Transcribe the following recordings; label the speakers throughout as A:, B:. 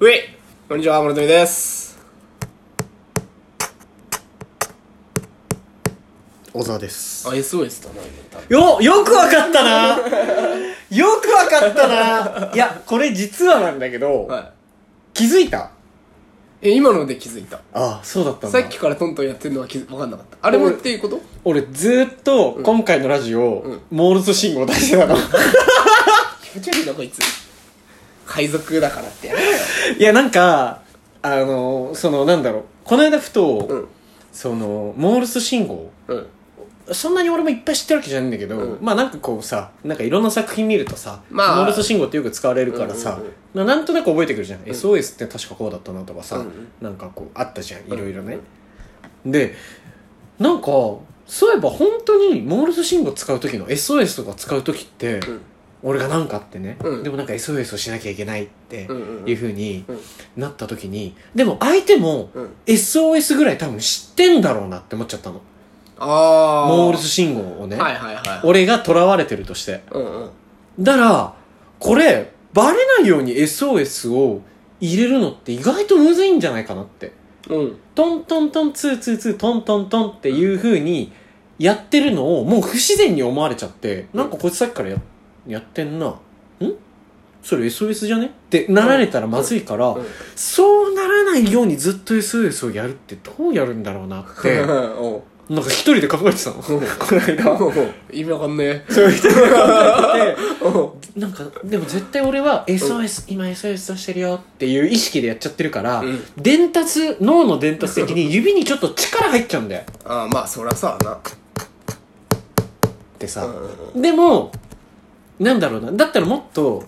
A: うえこんにちは、森富です。
B: 小沢です
A: あ、SOS だな、今多分
B: よよくわかったなよくわかったないやこれ実はなんだけど、
A: は
B: 気づいた
A: い。え、今ので気づいた。
B: ああそうだったん
A: さ
B: だ
A: っきからトントンやってるのは気づわかんなかった。あれもっていうこと
B: 俺ずーっと今回のラジオ、
A: うん
B: モールス信号出してたの
A: 気持ち悪いな、こいつ。海賊だからってやめろよ。
B: いやなんかあのそのなんだろうこの間ふと、
A: うん
B: そのモールス信号
A: うん。
B: そんなに俺もいっぱい知ってるわけじゃないんだけど、
A: うん
B: まあなんかこうさなんかいろんな作品見るとさ、
A: まあ
B: モールス信号ってよく使われるから
A: う
B: さ、
A: んうんうん
B: ななんとなく覚えてくるじゃん、SOS って確かこうだったなとかさ、
A: うんうん
B: なんかこうあったじゃんい
A: ん
B: ろいろね、でなんかそういえば本当にモールス信号使う時の SOS とか使う時って、
A: ん
B: 俺がなんかあってね、
A: うん
B: でもなんか SOS をしなきゃいけないって
A: うんうんうん
B: いうふうに
A: うん
B: なった時にでも相手も
A: うん。
B: SOS ぐらい多分知ってんだろうなって思っちゃったの
A: あー。
B: モールス信号をね、
A: はいはいはい。
B: 俺が囚われてるとして。
A: うんうん。
B: だから、これ、バレないように SOS を入れるのって意外とむずいんじゃないかなって。
A: うん。
B: トントントン、ツーツーツー、トントントンっていう風にやってるのをもう不自然に思われちゃって、なんかこいつさっきからややってんな。んそれ SOS じゃねってなられたらまずいから、
A: うん
B: そうならないようにずっと SOS をやるってどうやるんだろうなっ て、なんか
A: おう
B: 一人で考えてたの。この間。
A: おう意味わかんねえ。
B: そういう人が考えてて、
A: おう
B: なんかでも絶対俺は SOS、今 SOS 出してるよっていう意識でやっちゃってるから、
A: うん
B: 伝達脳の伝達的 に指にちょっと力入っちゃうんだよ
A: あー、まあ、そらさ、な。
B: ってさ、
A: うんうんうん
B: でもなんだろうなだったらもっと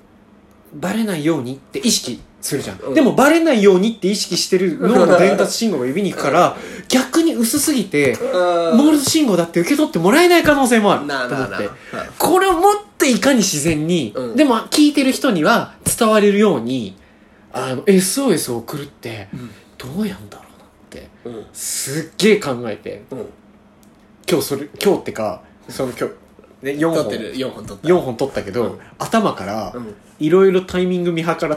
B: バレないようにって意識するじゃん、
A: うん
B: でもバレないようにって意識してる脳の伝達信号が指に行くから逆に薄すぎてモールス信号だって受け取ってもらえない可能性もある
A: なあ
B: と
A: な
B: 思
A: あ
B: っ
A: な
B: て
A: あ。
B: これをもっていかに自然に、
A: うん
B: でも聞いてる人には伝われるようにあの SOS を送るってどうやんだろうなって
A: うん。うん。
B: すっげえ考えて
A: うん。
B: 今日それ今日ってかその今日、ね、4
A: 撮
B: 本
A: ってる、4本撮った。
B: 4本取ったけど、
A: うん
B: 頭から
A: うん。
B: いろいろタイミング見計ら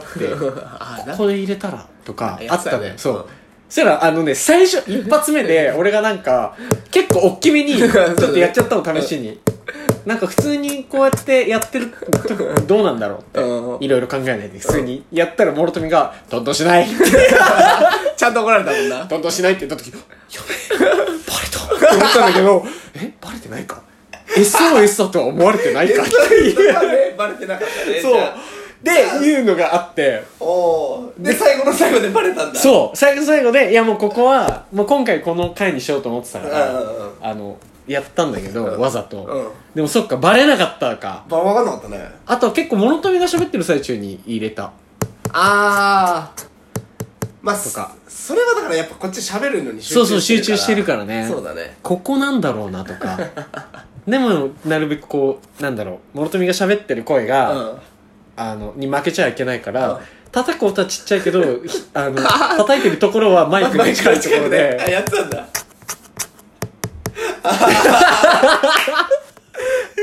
B: って、こ
A: あー、な
B: こで入れたらとか
A: や
B: あ
A: っ
B: って
A: た
B: た
A: ね
B: ねそう、
A: うん
B: そしたらあのね最初一発目で俺がなんか結構大きめにちょっとやっちゃったの試しになんか普通にこうやってやってるとどうなんだろうって
A: うん
B: いろいろ考えないで普通にやったら諸富が「トントンしない」
A: ちゃんと怒られたもんな。
B: トントンしないって言った時「やべえバレた」って思ったんだけど「えバレてないか SOS だとは思われてないか」って いう
A: バレバレてなかったね
B: そうでいうのがあって
A: おおーで最後の最後でバレたんだう
B: そう最後最後でいやもうここはもう今回この回にしようと思ってたか
A: うんうんうん
B: らあのやったんだけど
A: うん
B: わざ
A: うん
B: とでもそっかバレなかったか
A: バレ分かんなかったね
B: あとは結構物富が喋ってる最中に入れた
A: ああまあと
B: か
A: それはだからやっぱこっち喋るのに
B: そうそう集中してるからね
A: そうだね
B: ここなんだろうなとか でもなるべくこうなんだろう諸富が喋ってる声
A: う
B: が、
A: ん
B: あのに負けちゃいけないから、
A: うん
B: 叩く音はちっちゃいけど ひあの叩いてるところはマイクが近いところで
A: あやってたん だあ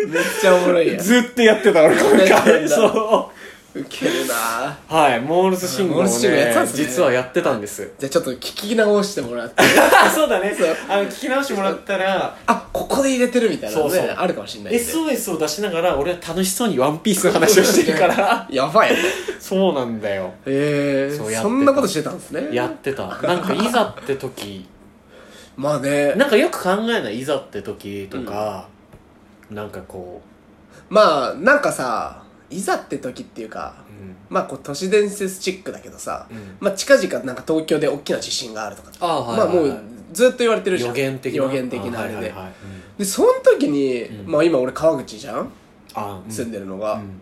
A: ーめっちゃおもろいやん
B: ずっとやってた 俺今
A: やってたん
B: 回
A: だ
B: そう
A: ウケるな
B: はい、モールス信号
A: モ
B: を
A: ールス信号やってたん
B: ね
A: ですね
B: 実はやってたんです。
A: じゃあちょっと聞き直してもらって
B: あ、そうだね。あ の、聞き直してもらったら、
A: あここで入れてるみたいなの
B: そう
A: ね
B: そう
A: あるかもしんないね
B: SOS を出しながら、俺は楽しそうにワンピースの話をしてるから。
A: やばいよね
B: そうなんだよ。
A: ええ
B: そうや
A: ー、
B: ってた
A: そんなことしてたんですね
B: やってた。なんか、いざって時、
A: まあね
B: なんかよく考えない、いざって時とか、なんかこ
A: まあなんかさいざって時っていうか
B: う、うん。
A: まあこう都市伝説チックだけどさ、
B: うん
A: まあ近々なんか東京で大きな地震があるとか
B: ああ、
A: まあもうずっと言われてるじゃん
B: 予言的な。
A: 予言的なあれで、
B: はいはいはい
A: でその時に、
B: うん
A: まあ今俺川口じゃん
B: あ、うん
A: 住んでるのが、
B: うん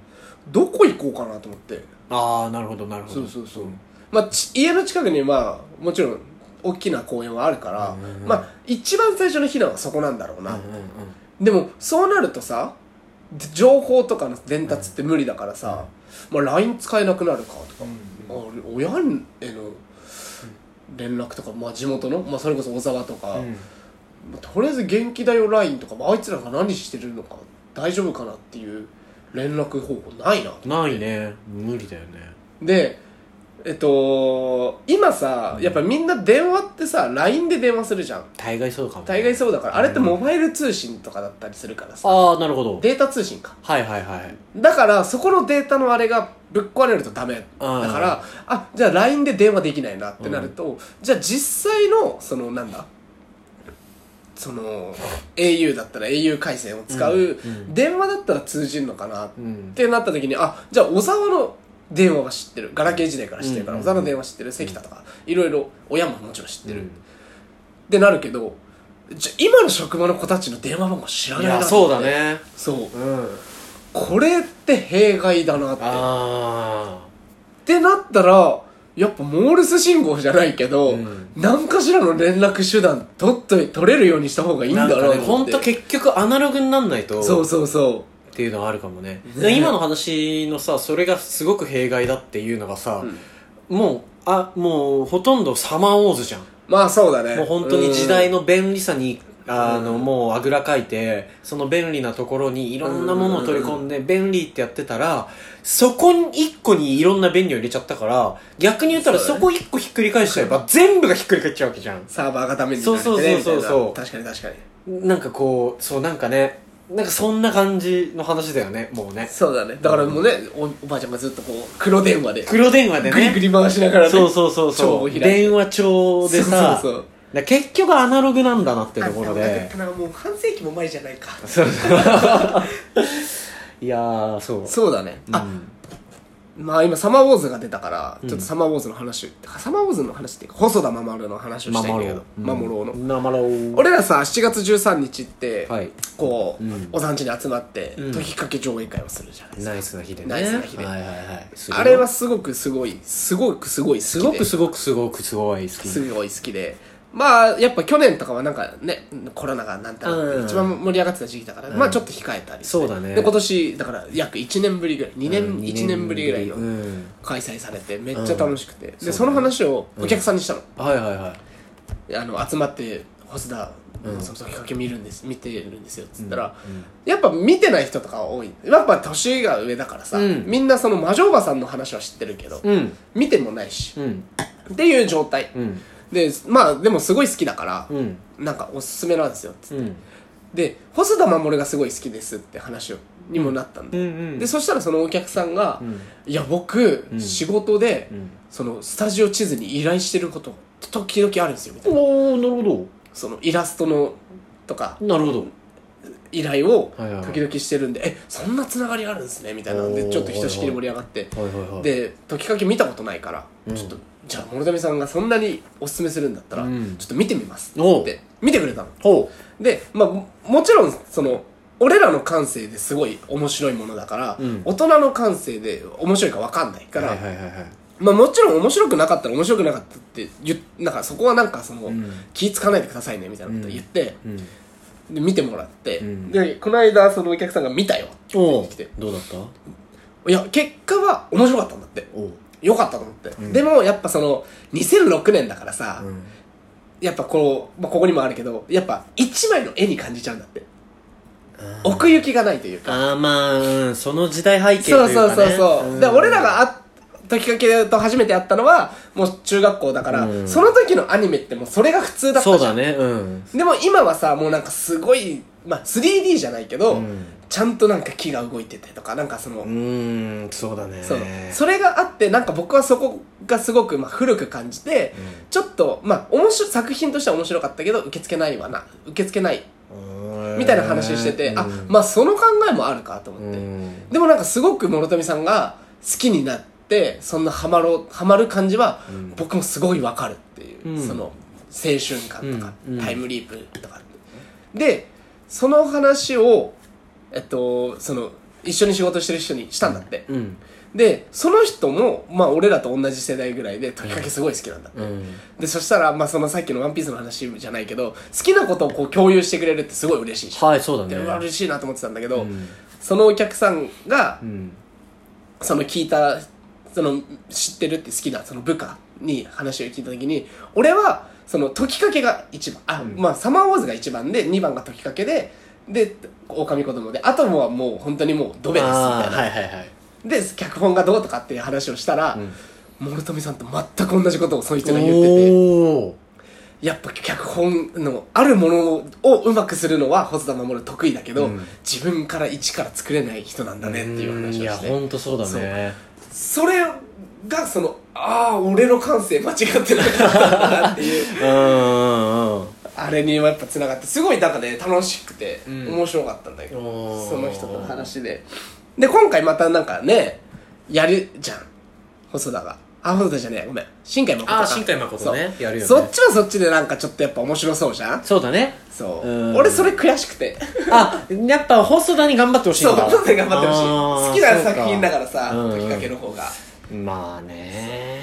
A: どこ行こうかなと思って
B: あー、なるほど、なるほ
A: そ
B: ど。
A: うそうそう、
B: ん
A: まあち家の近くにまあもちろん大きな公園はあるから、
B: うんうんうん
A: まあ一番最初の避難はそこなんだろうな、
B: うんうんうん
A: でもそうなるとさ情報とかの伝達って無理だからさ、まあ、LINE 使えなくなるかとか、あ親への連絡とか、まあ、地元の、まあ、それこそ小沢とか、
B: うん
A: まあとりあえず元気だよ LINE とか、まあ、あいつらが何してるのか大丈夫かなっていう連絡方法ないなと
B: ないね無理だよね
A: でえっと今さやっぱみんな電話ってさ LINE で電話するじゃん
B: 大概そうかもね
A: 大概そうだからあれってモバイル通信とかだったりするからさ
B: ああなるほど
A: データ通信か
B: はいはいはい
A: だからそこのデータのあれがぶっ壊れるとダメだ
B: うん
A: からあじゃあ LINE で電話できないなってなると、じゃあ実際のそのなんだその au だったら au 回線を使う、
B: うんうん
A: 電話だったら通じるのかなっ
B: うん
A: てなった時にあじゃあ小沢の電話が知ってるガラケー時代から知ってるから、
B: うん
A: 小沢の電話知ってる関田とかいろいろ親ももちろん知ってる、
B: う
A: っ
B: ん
A: てなるけどじゃあ今の職場の子たちの電話番号知らないいな
B: や
A: と思
B: そ
A: っ
B: う
A: て
B: だね
A: そう
B: うん
A: これって弊害だなって
B: あ
A: ってなったらやっぱモールス信号じゃないけど、
B: うん
A: 何かしらの連絡手段取っとい取れるようにした方がい
B: あ
A: いんだ
B: なん
A: ろ
B: か
A: う
B: ね本当結局アナログになんないと
A: そうそうそ
B: っていうのはあるかもね
A: ね
B: 今の話のさそれがすごく弊害だっていうのがさ
A: う、、うん
B: もうあもうほとんどサマーウォーズじゃん
A: まあそうだね
B: もう本当に時代
A: の
B: の便利さにあの、
A: うん
B: もうあぐらかいてその便利なところにいろんなものを取り込んで便利ってやってたらそこに一個にいろんな便利を入れちゃったから逆に言ったら
A: そうだね
B: そこ一個ひっくり返しちゃ えば全部がひっくり返っちゃうわけじゃん
A: サーバーがダメになってね
B: そうそうそうそうそう
A: みたいな確かに確かに
B: なんかこうそうなんかねなんかそんな感じの話だよねもうね
A: そうだねだからもうね、おおばあちゃんがずっとこう黒電話で
B: 黒電話でね
A: グリグリ回しながらね
B: そうそうそう
A: 帳を
B: そ
A: 開いうて
B: 電話帳でさ
A: そうそうそう
B: だから結局アナログなんだなってところで
A: なんかもう半世紀も前じゃないか
B: そうそういやーそう
A: そうだね、あ
B: うん
A: まあ今サマーウォーズが出たから、
B: うん
A: ちょっとサマーウォーズの話をサマーウォーズの話っていうか細田守の話をしたいんだけど守ろうの、
B: 守ろう
A: 俺らさ7月13日って、
B: はい
A: こう、
B: うん
A: お産地に集まって、
B: うん
A: 時かけ上映会をするじゃないですか
B: ナイスな日でね
A: ナイスな日で
B: はいはいはいすごい
A: あれはすごくすごいすごくすごい好きです
B: ごくすごくすごくすごい好き
A: すごい好きでまあやっぱ去年とかはなんかねコロナがなんたらって
B: うん
A: 一番盛り上がってた時期だから、
B: うん
A: まあちょっと控えたりして
B: そうだね
A: で今年だから約1年ぶりぐらい2年、
B: うん
A: 1年ぶりぐらいの
B: うん
A: 開催されてめっちゃ楽しくて、でそ,、
B: そう
A: の話をお客さんにしたの,、
B: はいはいはい
A: あの集まって細田の
B: うん
A: その時かけ見るんです見てるんですよっつったら、
B: うん
A: やっぱ見てない人とか多いやっぱ年が上だからさ、
B: うん
A: みんなその魔女おばさんの話は知ってるけど、
B: うん
A: 見てもないし、
B: うん
A: っていう状態、
B: うん
A: でまあでもすごい好きだから、
B: うん
A: なんかおすすめなんですよっつって
B: うん
A: で細田守がすごい好きですって話をにもなったん
B: う
A: で,、
B: ん
A: でそしたらそのお客さんが「
B: うん
A: いや僕、
B: うん
A: 仕事で、
B: うん
A: そのスタジオ地図に依頼してること時々あるんですよみたいな
B: おおなるほ
A: そのイラストのとか
B: どなるほど
A: 依頼を
B: はいはいはい
A: 時々してるんで、えそんなつながりあるんですねみたいなの
B: お
A: で
B: ー
A: ちょっとひとしきり盛り上がって、
B: はいはいはい
A: で時々見たことないから、
B: うん
A: ちょっとじゃあ諸富さんがそんなにおすすめするんだったら、
B: うん
A: ちょっと見てみます
B: お
A: っ
B: う
A: て見てくれたの
B: ほ
A: で、まあ、ももちろんその俺らの感性ですごい面白いものだから、
B: うん
A: 大人の感性で面白いか分かんないから、
B: はいはいはいはい
A: まあもちろん面白くなかったら面白くなかったって言っなんかそこはなんかその、
B: うん
A: 気つかないでくださいねみたいなこと言って、
B: うん
A: で見てもらって、
B: うん
A: でこの間そのお客さんが見たよって言
B: お
A: っ
B: う
A: てきて
B: どうだった
A: いや結果は面白かったんだって
B: おう
A: よかったと思って、
B: ん
A: でもやっぱその2006年だからさ、
B: うん
A: やっぱこう、まあ、ここにもあるけどやっぱ一枚の絵に感じちゃうんだって
B: あー
A: 奥行きがないというか
B: あーまあうんその時代背景
A: そう
B: という
A: そう
B: か
A: そう
B: ね
A: そう、
B: ん
A: で俺らがあ時かけと初めて会ったのはもう中学校だから、
B: うん
A: その時のアニメってもうそれが普通だったじゃ
B: そ
A: ん
B: うだねうん
A: でも今はさもうなんかすごい、まあ、3D じゃないけど、
B: うん
A: ちゃんとなんか木が動いててとかなんかその、
B: うーんそうだね
A: そうそれがあってなんか僕はそこがすごくまあ古く感じて、ちょっとまあ面白い作品としては面白かったけど受け付けないわな受け付けないみたいな話してて、あまあその考えもあるかと
B: あ
A: 思って、でもなんかすごく諸富さんが好きになってそんなハマろうハマる感じは
B: うん
A: 僕もすごいわかるっていう、
B: うん
A: その青春感とか、
B: うんうん
A: タイムリープとかでその話をえっとその一緒に仕事してる人にしたんだって、
B: うん
A: でその人もまあ俺らと同じ世代ぐらいで時かけすごい好きなんだって、
B: うん
A: でそしたらまあそのさっきの「ワンピースの話じゃないけど好きなことをこう共有してくれるってすごい嬉しいし、
B: はいそうだ
A: で
B: ね
A: うわ嬉しいなと思ってたんだけど、
B: うん
A: そのお客さんが
B: うん
A: その聞いたその知ってるって好きなその部下に話を聞いた時に俺はその時かけが一番あ、
B: うん
A: まあサマーウォーズが一番で2番が時かけでで狼子供であとはもう本当にもうドベですみたい
B: あー
A: な、
B: はいはいはい
A: で脚本がどうとかっていう話をしたら、
B: うん
A: 諸富さんと全く同じことをそいつが言ってて
B: おー
A: やっぱ脚本のあるものをうまくするのは細田守得意だけど、
B: うん
A: 自分から一から作れない人なんだねっていう話
B: い
A: を
B: や
A: して
B: 本当そうだね
A: それがそのああ俺の感性間違ってなかったなって いう
B: うんうんうん
A: あれにはやっぱつながってすごいなんかね楽しくて
B: うん
A: 面白かったんだけど、
B: おー
A: その人との話でで今回またなんかねやるじゃん細田があ細田じゃねえごめん新海誠か
B: あー新海誠ねやるよね
A: そうそっちはそっちでなんかちょっとやっぱ面白そうじゃん
B: そうだね
A: そう
B: うん
A: 俺それ悔しくて
B: あやっぱ細田に頑張ってほしいん
A: そう
B: だ
A: 細田に頑張ってほしい好きな作品だ
B: ら
A: からさ
B: うんうん
A: 時かけの方が
B: まあね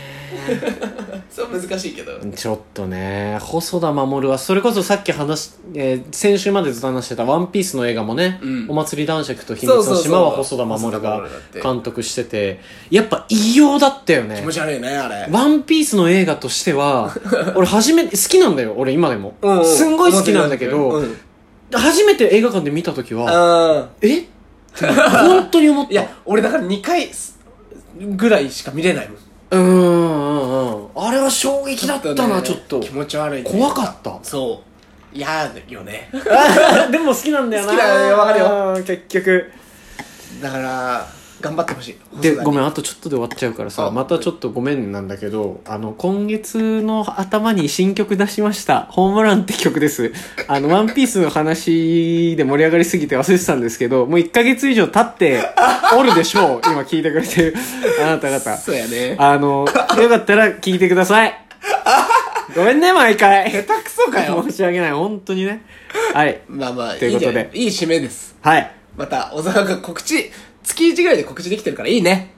A: そう難しいけど
B: ちょっとね細田守はそれこそさっき話し、えー先週までずっと話してた「ワンピースの映画もね「
A: うん
B: お祭り男爵と秘密の島」は細田守
A: 細田
B: が
A: 守だって
B: 監督しててやっぱ異様だったよ
A: 気
B: ね
A: 持ち悪いねあれ
B: ワンピースの映画として は俺初めて好きなんだよ俺今でも、
A: う
B: すんごい好きなんだけど、
A: うん
B: 初めて映画館で見た時
A: う
B: は
A: ん
B: えって本当に思 っ
A: い
B: た
A: や俺だから2回すぐらいしか見れないもん
B: うーんうんうんあれは衝撃だったなちょっと,、
A: 気持ち悪いね
B: 怖かった
A: そう嫌だよね
B: でも好きなんだよな
A: 好きだよわかるよ
B: よ結局
A: だから頑張ってほしい
B: でごめ
A: ん
B: んあとちょっとで終わっちゃうからさ
A: あ
B: またちょっとごめんなんだけどあの今月の頭に新曲出しました「ホームラン」って曲ですあの「ワンピースの話で盛り上がりすぎて忘れてたんですけどもう1ヶ月以上経っておるで しょう今聞いてくれてるあなた方
A: そうやね
B: あのよかったら聞いてくださいごめんね毎回
A: 下手く そかよ
B: 申し訳ない本当にねはい
A: まあまあい
B: という
A: い
B: こ
A: じ
B: とで
A: ゃないいい締めです
B: はい
A: また小沢が告知月1ぐらいで告知できてるからいいね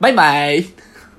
A: バイバイ